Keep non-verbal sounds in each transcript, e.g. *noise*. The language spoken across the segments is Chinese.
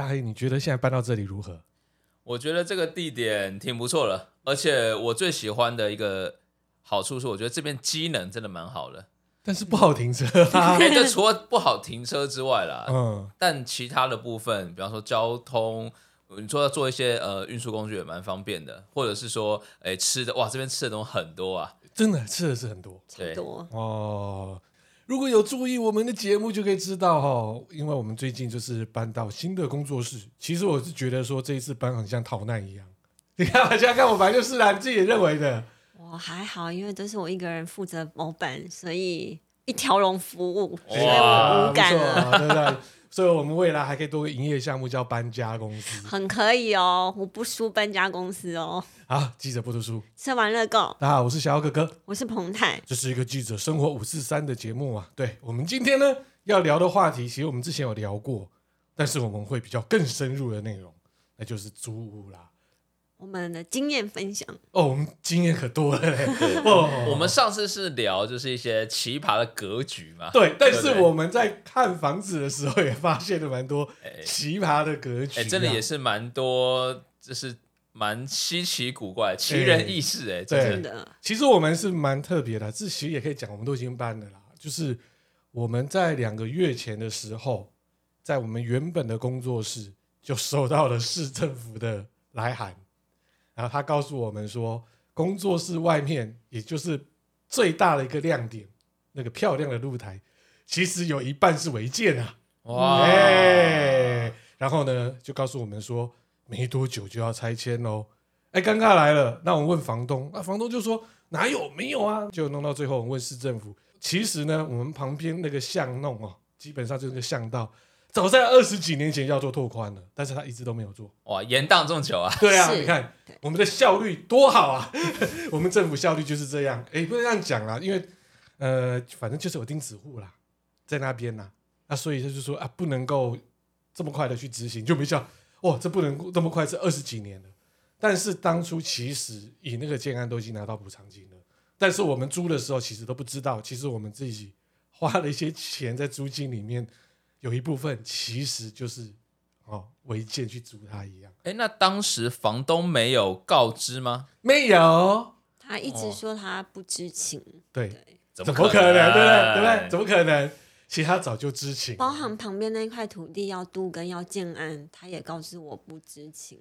哎你觉得现在搬到这里如何？我觉得这个地点挺不错的，而且我最喜欢的一个好处是，我觉得这边机能真的蛮好的。哎但是不好停车啊。这除了不好停车之外啦， *laughs* 嗯，但其他的部分，比方说交通，你说要做一些呃运输工具也蛮方便的，或者是说，哎、吃的哇，这边吃的东西很多啊，真的吃的是很多对差不多。哦。如果有注意我们的节目，就可以知道哦，因为我们最近就是搬到新的工作室。其实我是觉得说这一次搬很像逃难一样。你看，现在看我本来就是啦，你自己也认为的。我还好，因为都是我一个人负责某本，所以一条龙服务，所以哇我哇，无不感错了，啊，对不对？ *laughs* 所以我们未来还可以多个营业项目叫搬家公司。很可以哦，我不输搬家公司哦。好，记者不读书，吃完乐购，大家好，我是小奥哥哥。我是彭泰，这是一个记者生活五四三的节目啊。对我们今天呢要聊的话题，其实我们之前有聊过，但是我们会比较更深入的内容，那就是租屋啦。我们的经验分享，哦，我们经验可多了 *laughs* 嘞。哦，我们上次是聊就是一些奇葩的格局嘛，对，但对是对我们在看房子的时候也发现了蛮多哎奇葩的格局、哎、啊真的也是蛮多，就是蛮稀奇古怪、奇人异事、对哎、真真的，的其实我们是蛮特别的，这其实也可以讲，我们都已经搬了啦。就是我们在两个月前的时候，在我们原本的工作室就收到了市政府的来函，然后他告诉我们说，工作室外面也就是最大的一个亮点，那个漂亮的露台，其实有一半是违建啊，哇，哎、然后呢就告诉我们说，没多久就要拆迁喽。哎，尴尬来了，那我们问房东，那、房东就说哪有没有啊，就弄到最后，我们问市政府，其实呢，我们旁边那个巷弄哦，基本上就是个巷道，早在二十几年前要做拓宽了，但是他一直都没有做。哇，延宕这么久啊，对啊，是你看我们的效率多好啊！ *laughs* 我们政府效率就是这样。哎，不能这样讲啦，因为呃，反正就是有钉子户啦，在那边啦，那所以他就说啊，不能够这么快的去执行，就没想哇，这不能这么快，是二十几年了。但是当初其实以那个建安都已经拿到补偿金了，但是我们租的时候其实都不知道，其实我们自己花了一些钱在租金里面，有一部分其实就是哦违建去租它一样。哎、那当时房东没有告知吗？没有，他一直说他不知情，对，怎怎么么可能？对不对？对不对？怎么么可能？其实他早就知情了，包含旁边那块土地要都跟要建案，他也告知我不知情。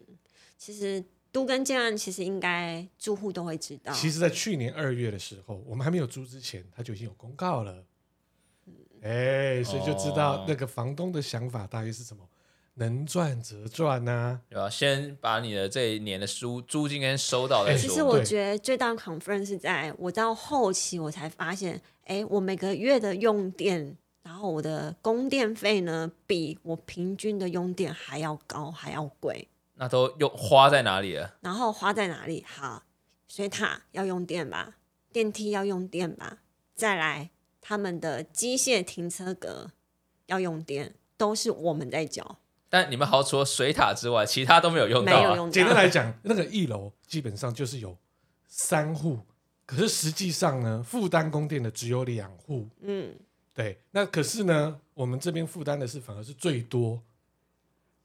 其实都跟建案其实应该住户都会知道，其实，在去年二月的时候，我们还没有租之前，他就已经有公告了。哎，所以就知道哦那个房东的想法大约是什么，能赚则赚啊呐、对吧？先把你的这一年的租租金先收到再哎说。其实我对觉得最大的 concern 是在我到后期我才发现，哎，我每个月的用电，然后我的供电费呢，比我平均的用电还要高，还要贵。那都用花在哪里了？然后花在哪里？好，水塔要用电吧，电梯要用电吧，再来他们的机械停车格要用电，都是我们在缴，但你们好，除了水塔之外，其他都没有用没到、有啊。用简单到。来讲，那个一楼基本上就是有三户，可是实际上呢，负担供电的只有两户。嗯，对，那可是呢，我们这边负担的是反而是最多，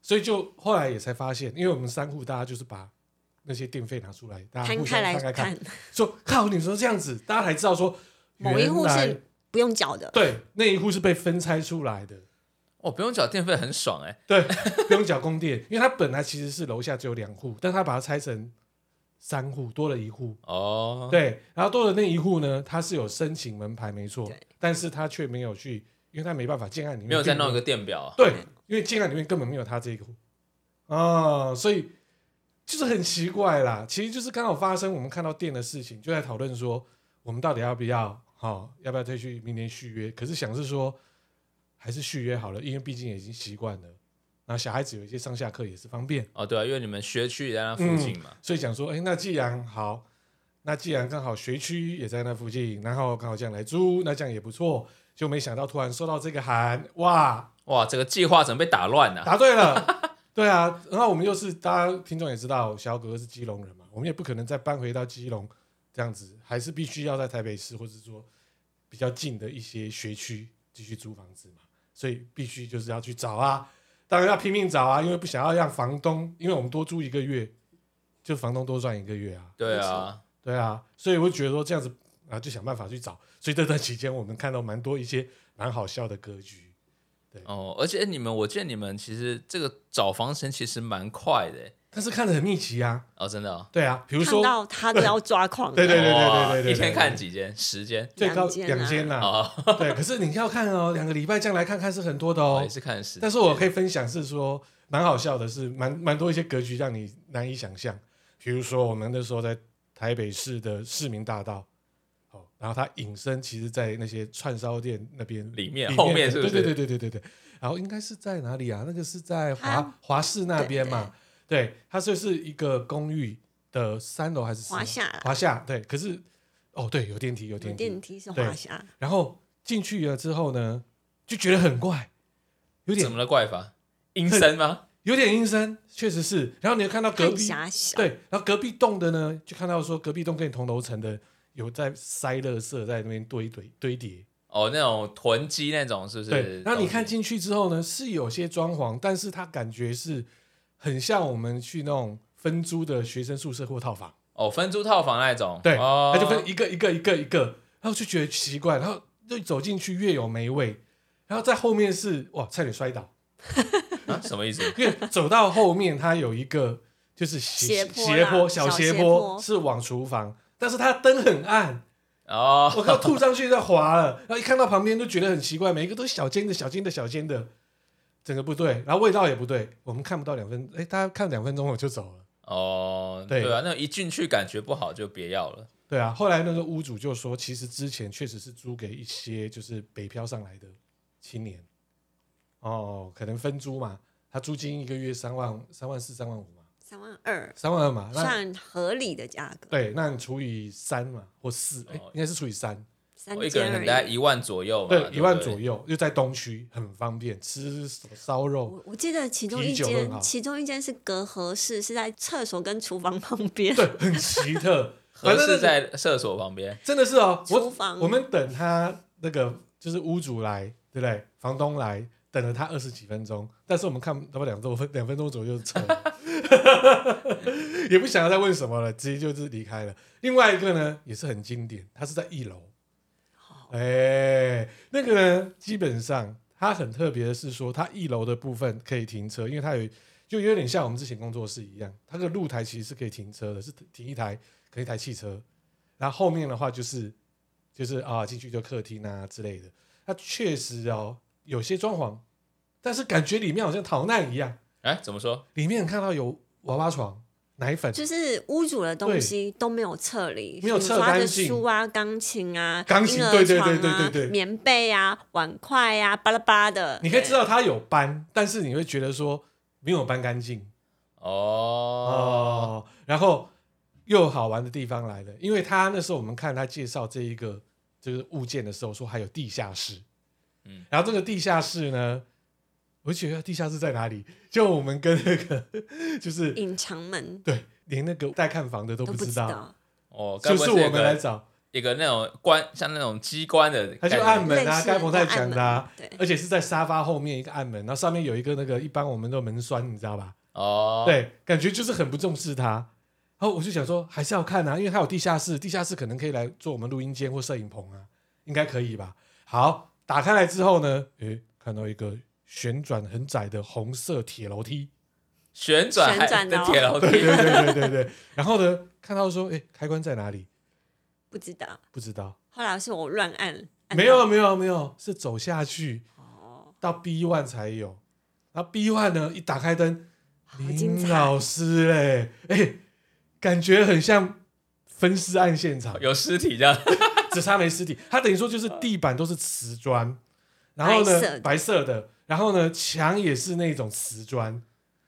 所以就后来也才发现，因为我们三户大家就是把那些电费拿出来，大家摊互开相来摊开看看，，说靠，你说这样子，大家才知道说某一户原来是不用缴的，对那一户是被分拆出来的，我、哦不用缴电费，很爽哎、对，不用缴供电，因为它本来其实是楼下只有两户，但他把它拆成三户，多了一户，哦，对，然后多的那一户呢，他是有申请门牌没错对，但是他却没有去，因为他没办法建案里面没有再并弄一个电表啊。对，因为建案里面根本没有他这个户啊，所以就是很奇怪啦。其实就是刚好发生我们看到店的事情，就在讨论说我们到底要不要好、要不要再去明年续约？可是想是说还是续约好了，因为毕竟也已经习惯了。然后小孩子有一些上下课也是方便，哦，对啊，因为你们学区也在那附近嘛。所以想说，哎，那既然好，那既然刚好学区也在那附近，然后刚好这样来租，那这样也不错。就没想到突然收到这个函，哇，哇，这个计划怎么被打乱啊 *laughs* 了、答对了，对啊。然后我们又是大家听众也知道，小哥哥是基隆人嘛，我们也不可能再搬回到基隆这样子，还是必须要在台北市或是说比较近的一些学区继续租房子嘛，所以必须就是要去找啊。当然要拼命找啊，因为不想要让房东，因为我们多住一个月，就房东多赚一个月啊，对啊，对啊，所以我就觉得说这样子啊，就想办法去找。所以这段期间，我们看到蛮多一些蛮好笑的歌剧，哦，而且你们，我见你们其实这个找房程其实蛮快的欸，但是看得很密集啊，哦，真的哦，对啊，比如看说到他都要抓狂。对对对哇对对对对哦一天看几间？十间最高两间啊两间呐、哦，对，可是你要看哦，两个礼拜这样来看看是很多的我哦也。是看十间，但是我可以分享是说，蛮好笑的是，蛮蛮多一些格局让你难以想象。比如说，我们那时候在台北市的市民大道，哦，然后它引申其实，在那些串烧店那边里面后面是不是对对对对对对对。然后应该是在哪里啊？那个是在华它华市那边嘛？对，它就是一个公寓的三楼还是四楼华夏啦华夏对，可是哦，对，有电梯，有我电梯，们电梯是对华夏，然后进去了之后呢，就觉得很怪，有怎点么了怪法？阴森吗？有点阴森，确实是。然后你又看到隔很壁，狭小。对，然后隔壁栋的呢，就看到说隔壁栋跟你同楼层的有在塞垃圾在那边堆堆堆叠，哦，那种囤积那种是不对是。？然后你看进去之后呢，是有些装潢，但是它感觉是很像我们去那种分租的学生宿舍或套房，哦，分租套房那种，对，哦它就分一个一个一个一个，然后就觉得奇怪，然后就走进去越有霉味，然后在后面是哇，差点摔倒。啊什么意思？因为走到后面，它有一个就是斜斜坡啦斜坡小小斜斜坡坡是往厨房，但是它灯很暗，哦， *laughs* 我靠，吐上去再滑了，然后一看到旁边都觉得很奇怪，每一个都是小尖的、小尖的、小尖的，整个不对，然后味道也不对，我们看不到两分，哎，大家看两分钟我就走了，哦，对对啊，那一进去感觉不好就别要了。对啊，后来那个屋主就说，其实之前确实是租给一些就是北漂上来的青年，哦，可能分租嘛，他租金一个月三万、三万四、三万五嘛，三万二三万二嘛，那算合理的价格，对，那你除以三嘛，或四，哎、哦应该是除以三，三我一个人间可而能大概已。一万左右嘛，对对，不一万对左。右，又在东区，很方便，吃什么烧肉，我我记得其中啤一酒很好间，其中一间是隔合室，是在厕所跟厨房 *laughs* 旁边。对，很奇特。合反正那适个在厕所旁边，真的是哦，厨我房我们等他那个就是屋主来，对不对？房东来，等了他二十几分钟，但是我们看差不多两周分两分钟左右就走了，也不想要再问什么了，直接就是离开了。另外一个呢，也是很经典，它是在一楼。哎、那个呢，基本上它很特别的是说，它一楼的部分可以停车，因为它有就有点像我们之前工作室一样，它的露台其实是可以停车的，是停一台可能一台汽车，然后后面的话就是就是啊进去就客厅啊之类的。它确实哦有些装潢，但是感觉里面好像逃难一样，哎，怎么说？里面看到有娃娃床、奶粉、就是屋主的东西都没有撤离，没有什撤么抓干着净书啊、钢琴啊、钢琴婴儿对对对床啊对对对棉被啊、碗筷啊，巴拉巴拉的。你可以知道它有搬，但是你会觉得说没有搬干净哦，哦。然后又好玩的地方来了，因为他那时候我们看他介绍这一个就是物件的时候，说还有地下室，嗯嗯，然后这个地下室呢，我就觉得地下室在哪里？就我们跟那个 *laughs* 就是隐藏门对，连那个带看房的都都不不知知道，道，哦，该就不会是是我一们来个找，一个那种关，像那种机关的他概念，就按门类啊，似该不太讲的、啊。那种按门对，而且是在沙发后面一个暗门，然后上面有一个那个一般我们的门栓，你知道吧？哦，，对，感觉就是很不重视它。然后我就想说，还是要看啊，因为它有地下室，地下室可能可以来做我们录音间或摄影棚啊，应该可以吧？好，打开来之后呢，诶，看到一个旋转很窄的红色铁楼梯，旋转还旋转的哦铁楼梯，对对对对对。 *laughs* 然后呢，看到说，诶，开关在哪里？不知道。不知道，后来是我乱按，按没到有没有没有，是走下去哦，到 B one 才有。然后 B one 呢，一打开灯，好精林彩，老师嘞、哎、感觉很像分尸案现场，有尸体这样，只差没尸体。它等于说就是地板都是瓷砖，然后呢白色的白色的，然后呢墙也是那种瓷砖，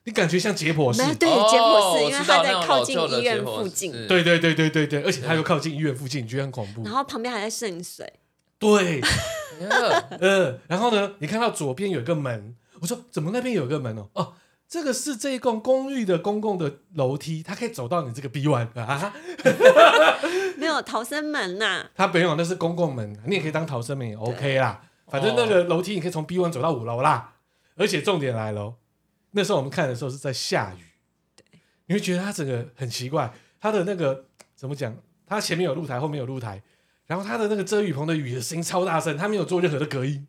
你感觉像解剖室没。有对哦解剖室，我因为知道它在那种靠老近旧的医院解剖附室近，对对对对对对，而且它又靠近医院附近，你觉得很恐怖然。后旁边还在渗水，对，哎呃，然后呢，你看到左边有一个门，我说怎么那边有一个门哦？哦，这个是这一栋公寓的公共的楼梯，它可以走到你这个 B one 啊。没有逃生门呐、它没有，那是公共门，你也可以当逃生门也 OK 啦。反正那个楼梯你可以从 B one 走到五楼啦。而且重点来了哦，那时候我们看的时候是在下雨，你会觉得它整个很奇怪，它的那个怎么讲？它前面有露台，后面有露台，然后它的那个遮雨棚的雨的声音超大声，它没有做任何的隔音，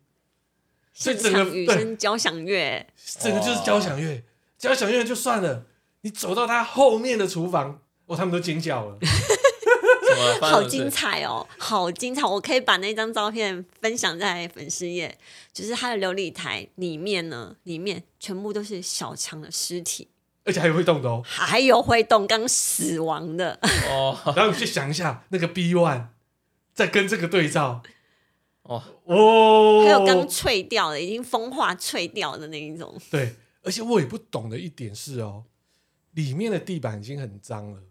所以现整个场雨对声哦交响乐，整个就是交响乐，交响乐就算了，你走到他后面的厨房，哦，他们都尖叫 *laughs* 了。什么发生好什么事精彩哦，好精彩！我可以把那张照片分享在粉丝页，就是它的琉璃台里面呢，里面全部都是小强的尸体，而且还会动的哦。还有会动刚死亡的，哦然后你去想一下那个 B one，再跟这个对照，哦，哦，还有刚脆掉的，已经风化脆掉的那一种。对，而且我也不懂的一点是哦，里面的地板已经很脏了，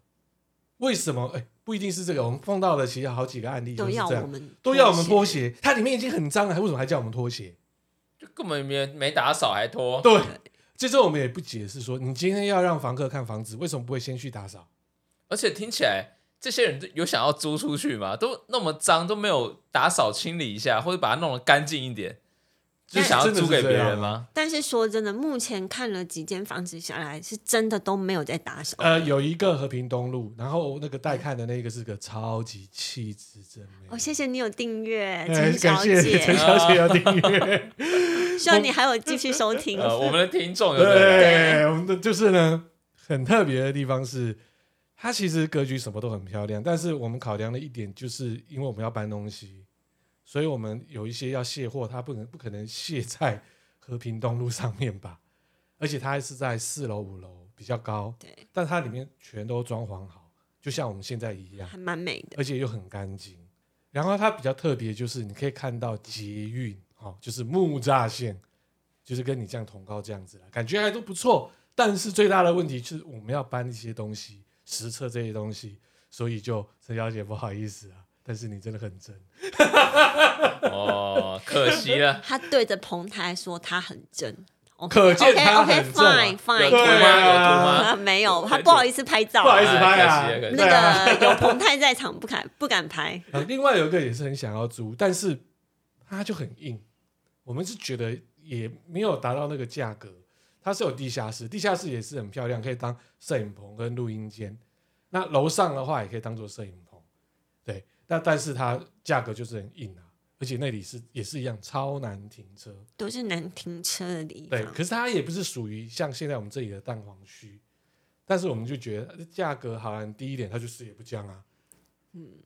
为什么？哎，不一定是这个，我们碰到的其实好几个案例都是要这我样，们都要我们拖鞋，它里面已经很脏了，还为什么还叫我们拖鞋？就根本没没打扫还拖，对，这时候我们也不解释说，你今天要让房客看房子，为什么不会先去打扫？而且听起来这些人有想要租出去吗？都那么脏，都没有打扫清理一下，或者把它弄得干净一点，就想要真的租是给这别样人吗吗？但是说真的，目前看了几间房子下来，是真的都没有在打扫。呃，有一个和平东路，然后那个带看的那个是个超级气质真美。哦，谢谢你有订阅，哎陈感小谢陈 *laughs* 姐，小姐要订阅。希望你还有继续收哎听。哦呃，我们的听众有的对，我们的就是呢，很特别的地方是，它其实格局什么都很漂亮，但是我们考量的一点就是，因为我们要搬东西，所以我们有一些要卸货，它不能不可能卸在和平东路上面吧？ *laughs* 而且它还是在四楼、五楼比较高，对，但它里面全都装潢好，就像我们现在一样。还蛮美的。而且又很干净。然后它比较特别，就是你可以看到捷运，哦，就是木栅线，就是跟你这样同高这样子了，感觉还都不错。但是最大的问题是我们要搬一些东西，实测这些东西，所以就陈小姐不好意思啊，但是你真的很真，哦，可惜 *laughs* 了。他对着彭台说他很真，可见他 OK 很正啊 OK fine 有 fine，图对吗？有图啊吗？ *laughs* 他没有，他对不好意思拍照不好啊。意思拍啊哎可惜了可。惜那对啊个有彭泰在场，不敢不敢拍。呃另外有一个也是很想要租，但是它就很硬，我们是觉得也没有达到那个价格。它是有地下室，地下室也是很漂亮，可以当摄影棚跟录音间。那楼上的话也可以当做摄影棚，对。那但是它价格就是很硬啊，而且那里是也是一样超难停车，都是难停车的地对。方，可是它也不是属于像现在我们这里的蛋黄区，但是我们就觉得呃价格好像低一点，它就死也不降啊。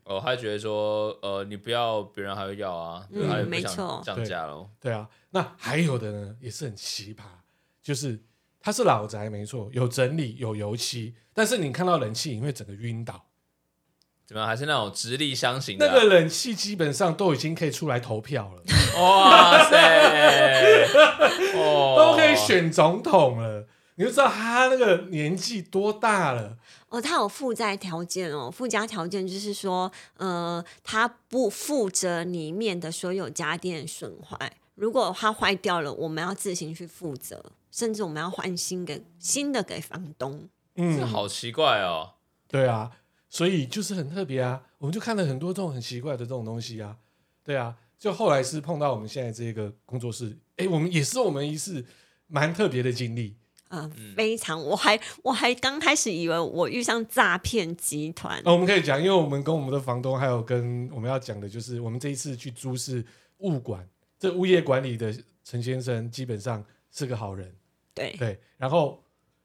哦，他觉得说，呃，你不要，别人还会要啊，嗯他也不没想错降价喽。对啊，那还有的呢，也是很奇葩，就是它是老宅没错，有整理有油漆，但是你看到冷气，你会整个晕倒。怎么样？还是那种直立相行的那啊、个冷气基本上都已经可以出来投票了，哇塞， *laughs* 哦，都可以。选总统了，你就知道他那个年纪多大了。哦，他有附加条件哦，附加条件就是说，呃，他不负责里面的所有家电损坏，如果它坏掉了，我们要自行去负责，甚至我们要换新给新的给房东。这嗯，好奇怪哦，对啊，所以就是很特别啊，我们就看了很多这种很奇怪的这种东西啊，对啊，就后来是碰到我们现在这个工作室，哎，我们也是我们一次蛮特别的经历。呃，嗯非常，我还我还刚开始以为我遇上诈骗集团，哦呃那我们可以讲，因为我们跟我们的房东还有跟我们要讲的，就是我们这一次去租是物管，这物业管理的陈先生基本上是个好人，对，对。然后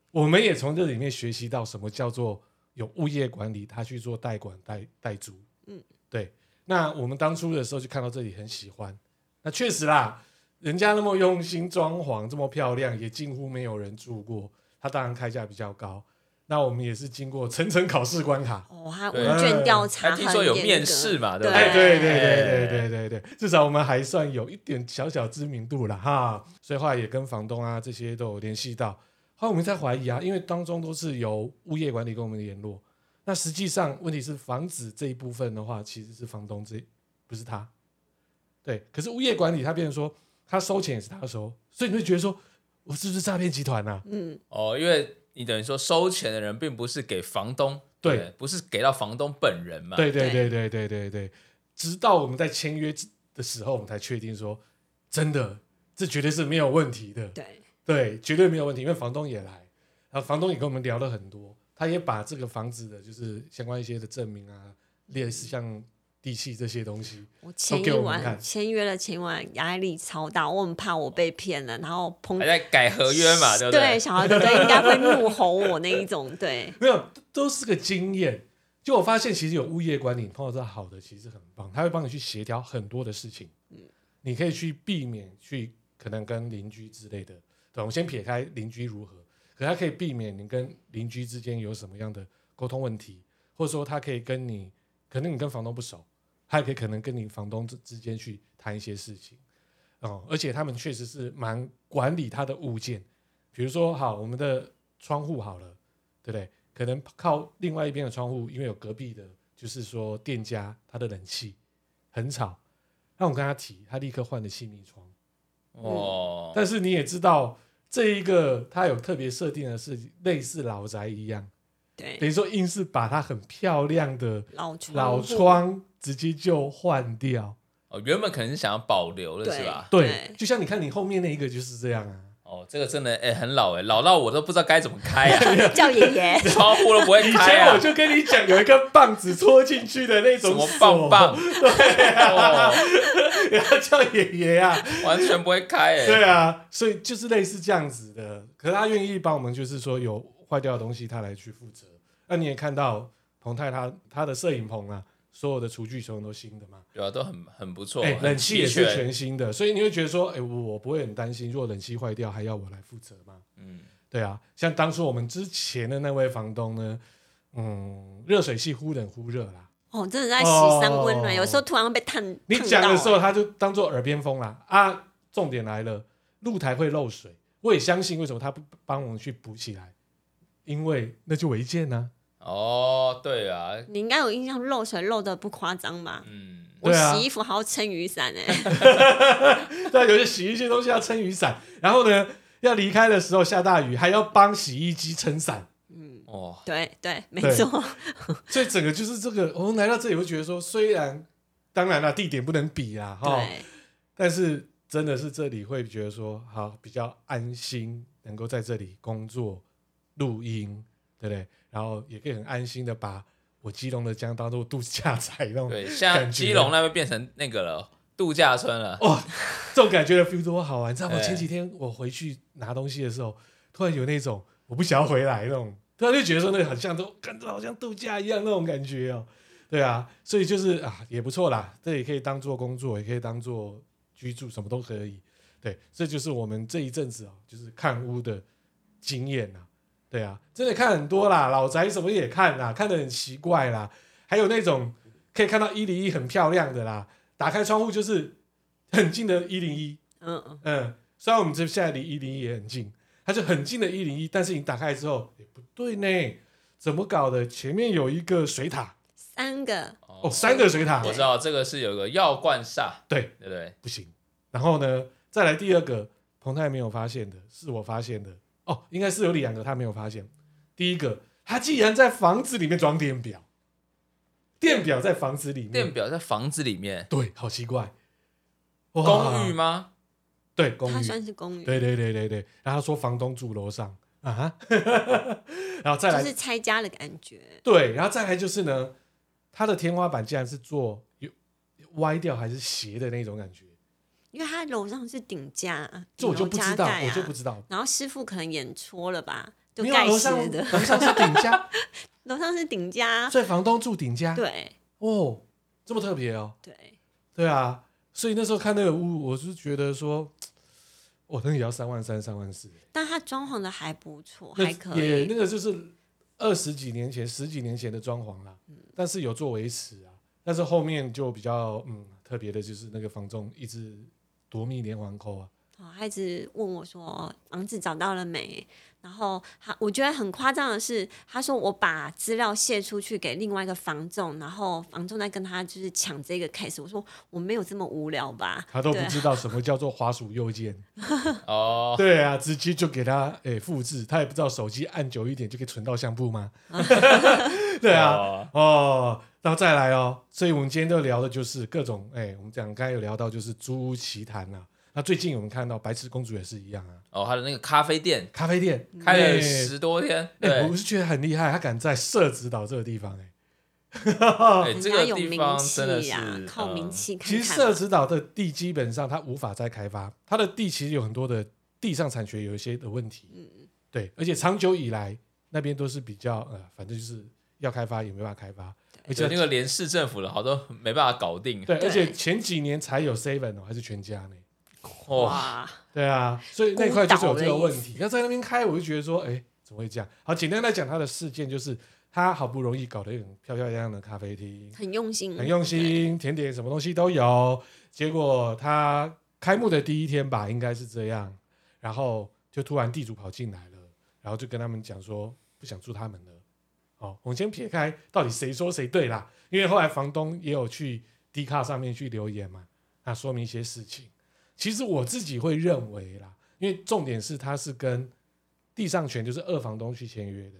我们也从这里面学习到什么叫做有物业管理，他去做代管代代租，嗯嗯，对。那我们当初的时候就看到这里很喜欢，那确实啦，人家那么用心装潢，这么漂亮，也近乎没有人住过，他当然开价比较高。那我们也是经过层层考试关卡，哦，还对问卷调还查听很严说格，有面试嘛对不哎，对对哎对对对对对，至少我们还算有一点小小知名度了哈，所以后来也跟房东啊这些都有联系到。后来我们在怀疑啊，因为当中都是由物业管理跟我们联络，那实际上问题是房子这一部分的话，其实是房东这不是他，对，可是物业管理他变成说他收钱也是他收，所以你会觉得说我是不是诈骗集团啊？嗯，哦，因为你等于说收钱的人并不是给房东，对不不是给到房东本人嘛，对对对对对对对对，直到我们在签约之的时候，我们才确定说，真的，这绝对是没有问题的。对，对，绝对没有问题，因为房东也来，然后房东也跟我们聊了很多，他也把这个房子的就是相关一些的证明啊，类似像地契这些东西，我前一给我们看晚签约了，前一晚压力超大，我很怕我被骗了，然后砰还在改合约嘛，对不对？小孩哥哥应该会怒吼我那一种，对，没有都是个经验。就我发现，其实有物业管理碰到这好的，其实很棒，他会帮你去协调很多的事情，你可以去避免去可能跟邻居之类的。对，我们先撇开邻居如何，可他可以避免你跟邻居之间有什么样的沟通问题，或者说他可以跟你，可能你跟房东不熟，他也可以可能跟你房东之之间去谈一些事情。哦、而且他们确实是蛮管理他的物件，比如说好，我们的窗户好了，对不对？可能靠另外一边的窗户，因为有隔壁的，就是说店家他的冷气很吵，那我跟他提，他立刻换了气密窗。哦，但是你也知道，这一个它有特别设定的是类似老宅一样，对，等于说硬是把它很漂亮的老窗老户，窗直接就换掉。哦，原本可能是想要保留的对是吧？对对，就像你看你后面那一个就是这样啊。哦，这个真的哎很老哎，老到我都不知道该怎么开 *laughs* 啊，，叫爷爷窗户都不会以开前啊我，就跟你讲，有一根棒子戳进去的那什种么锁 *laughs* 棒，棒，啊哦，然后叫爷爷啊，完全不会开哎，对啊，所以就是类似这样子的。可是他愿意帮我们，就是说有坏掉的东西，他来去负责。那你也看到彭泰他他的摄影棚啊，所有的厨具全部都新的嘛，对啊，都很很不错，哎、很冷气也齐是全全新的，所以你会觉得说，哎、我我不会很担心，如果冷气坏掉还要我来负责吗？嗯，对啊，像当初我们之前的那位房东呢，嗯，热水器忽冷忽热啦。哦，真的在洗三温暖，哦有时候突然被烫，你烫讲到的时候，欸，他就当做耳边风啦。啊，重点来了，露台会漏水，我也相信为什么他不帮我们去补起来，因为那就违建啊呐、哦，对啊，你应该有印象，漏水漏的不夸张吧？嗯，我对啊洗衣服还要撑雨伞哎、 *laughs* *laughs* 对啊，有些洗一些东西要撑雨伞，然后呢，要离开的时候下大雨，还要帮洗衣机撑伞，哦，对对，没对错，所以整个就是这个。我们来到这里，会觉得说，虽然当然了，地点不能比啦，哈，对，但是真的是这里会觉得说，好比较安心，能够在这里工作、录音，对不对？然后也可以很安心的把我基隆的江当做度假宅那种对，像感觉基隆那边变成那个了，度假村了，哇，这种感觉的 feel 多好玩！你知道吗？哎前几天我回去拿东西的时候，突然有那种我不想要回来那种，突然就觉得说那个很像都感觉好像度假一样那种感觉哦。对啊，所以就是啊，也不错啦，这也可以当做工作，也可以当做居住，什么都可以。对，这就是我们这一阵子哦，就是看屋的经验啊。对啊，真的看很多啦，老宅什么也看啦，看得很奇怪啦，还有那种可以看到一零一很漂亮的啦，打开窗户就是很近的一零一，嗯嗯，嗯，虽然我们这现在离一零一也很近，它就很近的一零一，但是你打开之后，也不对呢，怎么搞的？前面有一个水塔，三个哦，三个水塔我，知道这个是有个药罐煞，对对不对？不行。然后呢，再来第二个，彭泰没有发现的，是我发现的。哦，应该是有两个他没有发现。第一个，他竟然在房子里面装电表，电表在房子里面，电表在房子里面，对，好奇怪。哇公寓？吗？对，公它寓。算是公寓，对对对对对，然后他说房东住楼上啊 *laughs* 哈，然后再来、就是拆家的感觉，对，然后再来就是呢，它的天花板竟然是做有歪掉还是斜的那种感觉，因为它楼上是顶架，这我就不顶楼知加道，盖我啊就不知道。然后师傅可能演错了吧，就没有啊盖楼上，斜的，楼上是顶 *laughs* 家，楼上是顶架，所以房东住顶家。对哦，这么特别哦。对，对啊，所以那时候看那个屋，我是觉得说，我那也要三万三、三万四。但它装潢的还不错，那还可也那以，个就是二十几年前、十几年前的装潢啦，但是有做维持啊。但是后面就比较嗯特别的，就是那个房仲一直夺命连环扣啊，哦，他一直问我说房子找到了没？然后他我觉得很夸张的是，他说我把资料泄出去给另外一个房仲，然后房仲在跟他就是抢这个 case。我说我没有这么无聊吧？他都不对知道什么叫做滑鼠右键。哦，对啊，直接就给他诶、复制，哎他也不知道手机按久一点就可以存到相簿 *laughs* 吗？对啊，哦，哦，然后再哎来哦，所以我们今天就聊的就是各种诶、我们讲刚才有聊到就是租屋奇谈啊，那最近我们看到白痴公主也是一样啊，哦，他的那个咖啡店咖啡店开哎了十多天，哎、对我，是觉得很厉害，他敢在社子岛这个地方哎、哎，人这家个有地名方真的气是啊，靠名。嗯气呃看其看。实社子岛的地基本上它无法再开发，它的地其实有很多的地上产权有一些的问题，嗯对，而且长久以来那边都是比较呃，反正就是要开发也没办法开发，而且对那个连市政府的好多没办法搞定，对，对而且前几年才有 seven 哦，还是全家呢？哇，哇，对啊，所以那块孤岛就是有这个的意问思题。要在那边开，我就觉得说，哎，怎么会这样？好，简单来讲，他的事件就是他好不容易搞得一个很漂漂亮亮的咖啡厅，很用心，啊很用心，甜点什么东西都有。结果他开幕的第一天吧，应该是这样，然后就突然地主跑进来了，然后就跟他们讲说不想住他们了。哦，我们先撇开到底谁说谁对啦，因为后来房东也有去 D 卡上面去留言嘛，那说明一些事情。其实我自己会认为啦，因为重点是他是跟地上权就是二房东去签约的，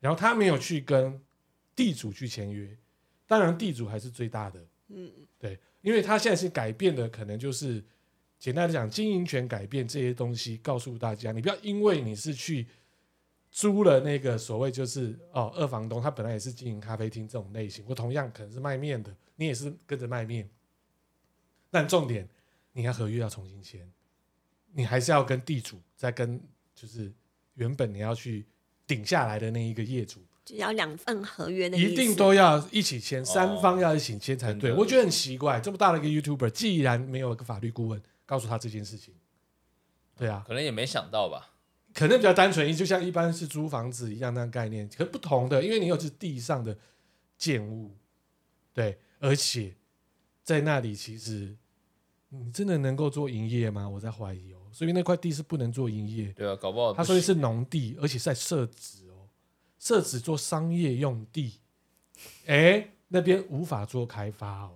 然后他没有去跟地主去签约，当然地主还是最大的，嗯，对，因为他现在是改变的，可能就是简单的讲，经营权改变这些东西，告诉大家，你不要因为你是去租了那个所谓就是哦二房东，他本来也是经营咖啡厅这种类型，或同样可能是卖面的，你也是跟着卖面，但重点你要合约要重新签，你还是要跟地主再跟就是原本你要去顶下来的那一个业主就要两份合约的意思，一定都要一起签，三哦方要一起签才对。真的我觉得很奇怪，这么大的一个 YouTuber，既然没有一个法律顾问告诉他这件事情，对啊，可能也没想到吧，可能比较单纯，就像一般是租房子一样那样概念，可不同的，因为你有是地上的建物，对，而且在那里其实你真的能够做营业吗？我在怀疑哦，所以那块地是不能做营业，对吧？搞不哦好他不说的行是农地，而且是在社址哦，社址做商业用地，哎、那边无法做开发哦。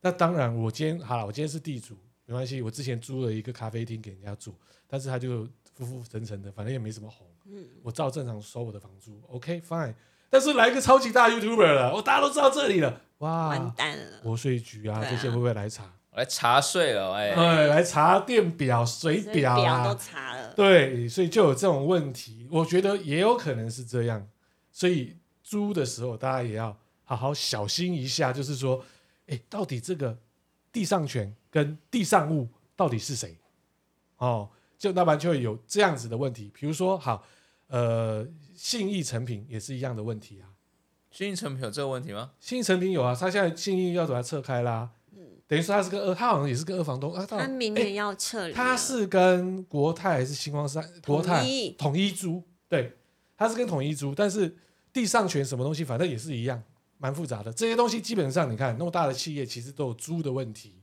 那当然，我今天好了，我今天是地主，没关系，我之前租了一个咖啡厅给人家住，但是他就浮浮沉沉的，反正也没什么红，嗯我照正常收我的房租，OK fine。但是来一个超级大 YouTuber 了，我大家都知道这里了，完哇，蛋了。国税局啊对啊这些会不会来查？我来查税了，哎、哎，来查电表、水所以表啊，都查了，对，所以就有这种问题，我觉得也有可能是这样，所以租的时候大家也要好好小心一下，就是说，哎，到底这个地上权跟地上物到底是谁？哦，就那然就会有这样子的问题，比如说，好，呃，信义成品也是一样的问题啊，新运成品有这个问题吗？信义成品有啊，他现在信义要把它撤开啦，等于说他是个二，他好像也是个二房东啊，他明诶年要撤离了，他是跟国泰还是星光三国泰啊统一统一租，对，他是跟统一租，但是地上权什么东西，反正也是一样，蛮复杂的。这些东西基本上你看，那么大的企业其实都有租的问题，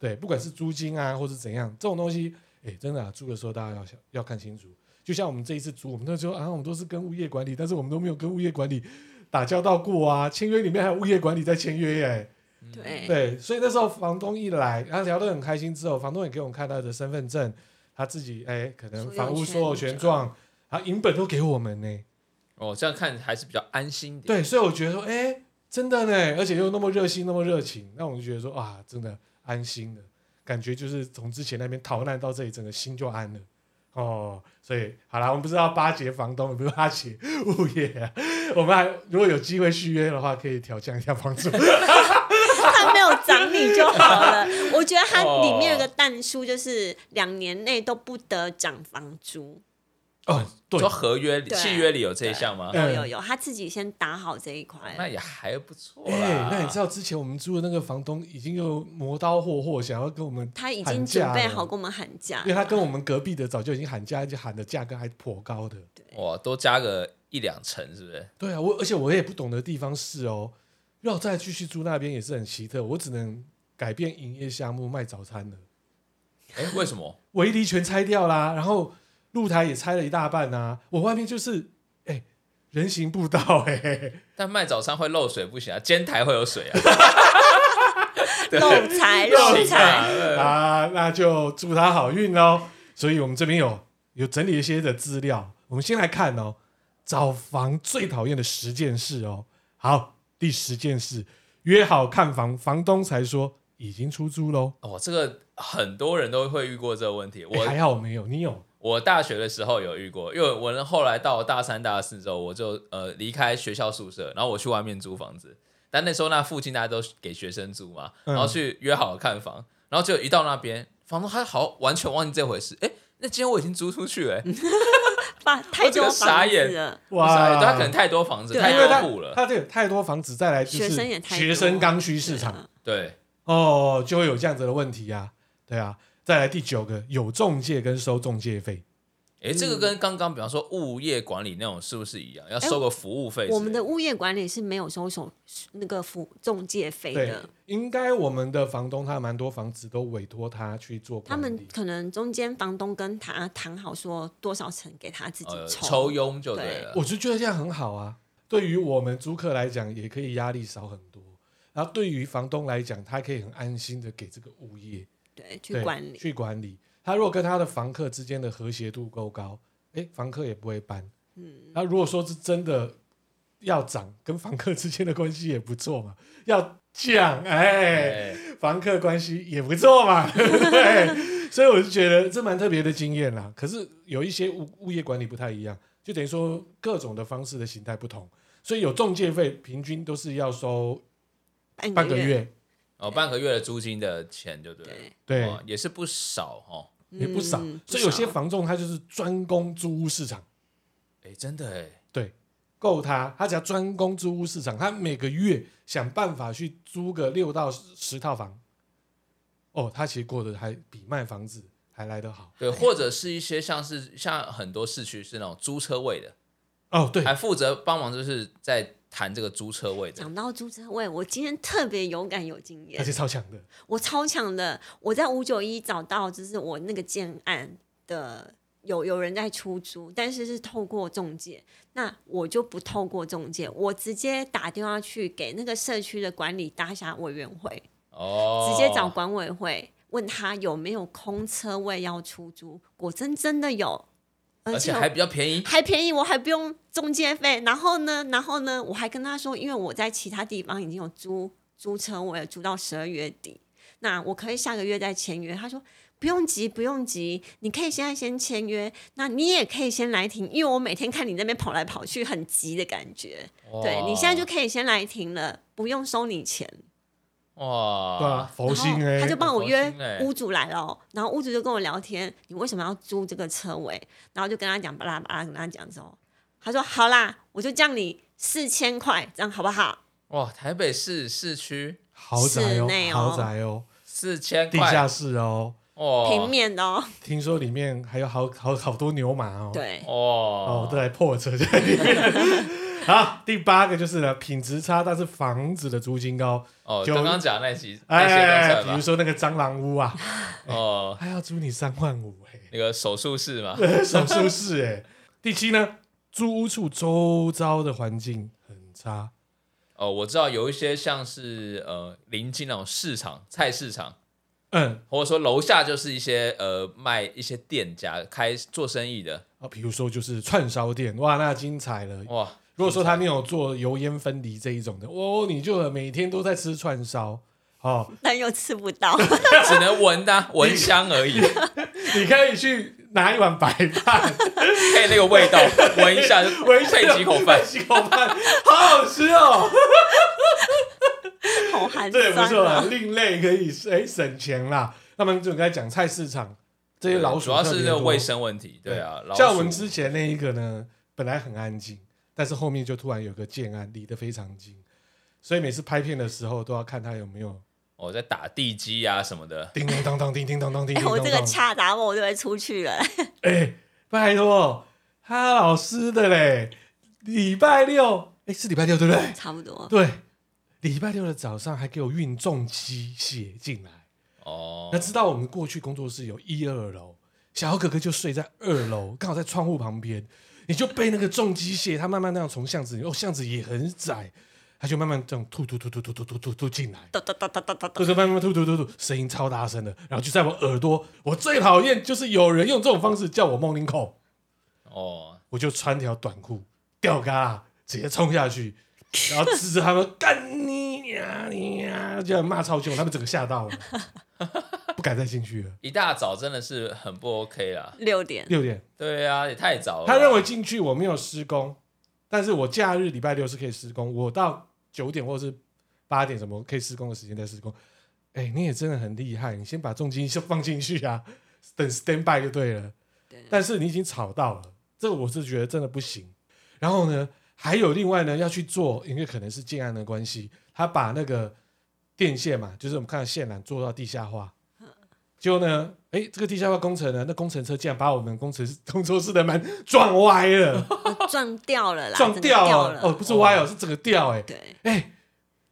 对，不管是租金啊，或是怎样，这种东西，哎，真的、啊、租的时候大家要想要看清楚。就像我们这一次租，我们那时候啊，我们都是跟物业管理，但是我们都没有跟物业管理打交道过啊，签约里面还有物业管理在签约耶、对对，所以那时候房东一来，然后聊得很开心之后，房东也给我们看他的身份证，他自己哎，可能所有房屋权所有权状状，啊，银本都给我们呢。哦，这样看还是比较安心一点。对，所以我觉得说，哎，真的呢，而且又那么热心，那么热情，那我们就觉得说，啊，真的安心了，感觉就是从之前那边逃难到这里，整个心就安了。哦，所以好啦，我们不知道巴结房东，也不是巴结物业、啊，我们还如果有机会续约的话，可以调降一下房租。他没有涨你就好了。我觉得它哦里面有个淡书，就是两年内都不得涨房租。 *laughs* 哦，对说，合约里、对契约里有这一项吗？对哎有嗯有有，他自己先打好这一块哦那。也还不错啦。哎、那你知道之前我们住的那个房东已经有磨刀霍霍，想要跟我们，他已喊经价准备了好跟我们喊价因，为他跟我们隔壁的早就已经喊价，而且喊的价格还颇高的。哇，多加个一两成是不是？对啊，我而且我也不懂的地方是哦，要再继续住那边也是很奇特，我只能改变营业项目卖早餐了，哎、为什么？围篱全拆掉啦，然后露台也拆了一大半啊，我外面就是哎、人行步道哎、但卖早餐会漏水不 *laughs* 行啊，煎台会有水啊。 *laughs* 漏财漏漏财财。啊，那就祝他好运喽。所以我们这边有有整理一些的资料，我们先来看哦，找房最讨厌的十件事哦。好，第十件事，约好看房，房东才说已经出租喽。哦，这个很多人都会遇过这个问题。诶我哎还好我没有，你有我大学的时候有遇过，因为我后来到大三、大四之后，我就呃离开学校宿舍，然后我去外面租房子。但那时候那附近大家都给学生租嘛，嗯然后去约好了看房，然后就一到那边，房东他好完全忘记这回事。哎，那今天我已经租 *laughs* 出去了、欸诶把太多我整个傻房眼子了，我傻眼啊对他可能啊因太多房子、对太为多户他了，他这个太多房子，再来就是学生也太多啊学生刚需市场，嗯对，哦，就会有这样子的问题啊，对啊。再来第九个，有中介跟收中介费，哎，这个嗯跟刚刚比方说物业管理那种是不是一样？要收个服务费之类？哎我们的物业管理是没有收手那个服中介费对的，，应该我们的房东他蛮多房子都委托他去做他管理，们可能中间房东跟他谈好说多少层给他自己呃抽，抽佣就对对了。我就觉得这样很好啊。对于我们租客来讲，也可以压力少很多。然后对于房东来讲，他可以很安心的给这个物业对，去对管理。去管理。他如果跟他的房客之间的和谐度够高，哎，房客也不会搬。嗯，那如果说是真的要涨，跟房客之间的关系也不错嘛。要降，哎，哎房客关系也不错嘛。 *laughs* 对，所以我就觉得这蛮特别的经验啦。可是有一些物物业管理不太一样，就等于说各种的方式的形态不同，所以有中介费平均都是要收半半个月，哦，半个月的租金的钱就对了。对，哦对，哦哇也是不少哦。也不少嗯。所以有些不少房仲他就是专攻租屋市场。哎，真的哎，对，够他，他只要专攻租屋市场，他每个月想办法去租个六到十十套房。哦，他其实过得还比卖房子还来得好。对，或者是一些像是像很多市区是那种租车位的，哦，对，还负责帮忙，就是在谈这个租车位的。讲到租车位，我今天特别有感有经而验且，超强的。我超强的，我在五九一找到，就是我那个建案的有有人在出租，但是是透过中介，那我就不透过中介，我直接打电话去给那个社区的管理大厦委员会，哦，直接找管委会问他有没有空车位要出租，果真真的有，而且有还比较便宜。还便宜，我还不用中介费。然后呢，然后呢，我还跟他说，因为我在其他地方已经有租租车，我也租到十二月底，那我可以下个月再签约。他说不用急，不用急，你可以现在先签约，那你也可以先来停，因为我每天看你那边跑来跑去，很急的感觉。对哇你现在就可以先来停了，不用收你钱。哇，对啊，佛心然后哎、他就帮我佛约心欸屋主来了哦，然后屋主就跟我聊天，你为什么要租这个车位？然后就跟他讲巴拉巴拉，跟他讲之后，他说好啦，我就降你四千块，这样好不好？哇，台北市市区豪宅室哦，内哦豪宅哦，四千地块下室哦，哦，平面的哦，听说里面还有好好好多牛马哦。。对，哦哦，，都来破车在里 *laughs* 面。好，第八个就是呢，品质差，但是房子的租金高。哦，就刚刚讲那几那些哎，都算比如吧。说那个蟑螂屋啊， *laughs* 哦，他要租你三万五哎、 *laughs* 那个手术室嘛，手术室哎、第七呢，租屋处周遭的环境很差，哦，我知道有一些像是呃临近那种市场菜市场。嗯，或者说楼下就是一些呃卖一些店家开做生意的，啊，比如说就是串烧店，哇，那精彩了。哇，如果说他没有做油烟分离这一种的，哦，你就每天都在吃串烧， *laughs* 哦，但又吃不到， *laughs* 只能闻的、闻香 *laughs* 而已，你可以去拿一碗白饭，配那个味道，闻一下就闻一下配几口饭，几口饭，好好吃哦，好寒这也不酸错啊啦，哦。另类可以哎省钱啦。那么就该讲菜市场 *laughs* 这些老鼠主要是那特个别多卫生问题，对啊，老像我鼠们之前那一个呢，本来很安静，但是后面就突然有个建案离得非常近，所以每次拍片的时候都要看他有没有我、哦在打地基啊什么的，叮叮当当、叮叮当当、叮哎、叮当我当。这个叉打我就会出去了， *laughs* 哎、拜托，他老师的嘞，礼拜六，哎、是礼拜六对不对？差不多。对，礼拜六的早上还给我运重机械进来。哦那，知道我们过去工作室有一二楼，小豪哥哥就睡在二楼，刚好在窗户旁边，你就被那个重机械，它慢慢那样从巷子里，哦，巷子也很窄，它就慢慢这样吐吐吐吐吐吐吐吐吐进来，哒哒哒哒哒哒哒吐，吐慢慢吐吐吐吐，声音超大声的，然后就在我耳朵，我最讨厌就是有人用这种方式叫我梦林口，哦，我就穿条短裤吊嘎啦，直接冲下去，然后指着他们干你呀、你呀、就骂超凶，他们整个吓到了，不敢再进去了。一大早真的是很不 OK 啦。*laughs* 六点，六点，对啊，也太早了吧。他认为进去我没有施工，但是我假日礼拜六是可以施工，我到九点或者是八点什么可以施工的时间再施工。哎、你也真的很厉害，你先把重金先放进去啊， *laughs* 等 stand by 就对了。对但是你已经吵到了，这个我是觉得真的不行。然后呢，还有另外呢要去做，因为可能是建案的关系，他把那个电线嘛，就是我们看到线缆做到地下化。结果呢，哎，这个地下化工程呢，那工程车竟然把我们工程师 *laughs* 工作室的门撞歪 *laughs* 了，撞掉了啦，撞整个掉掉了，哦，不是歪哦，是整个掉、哎对，哎，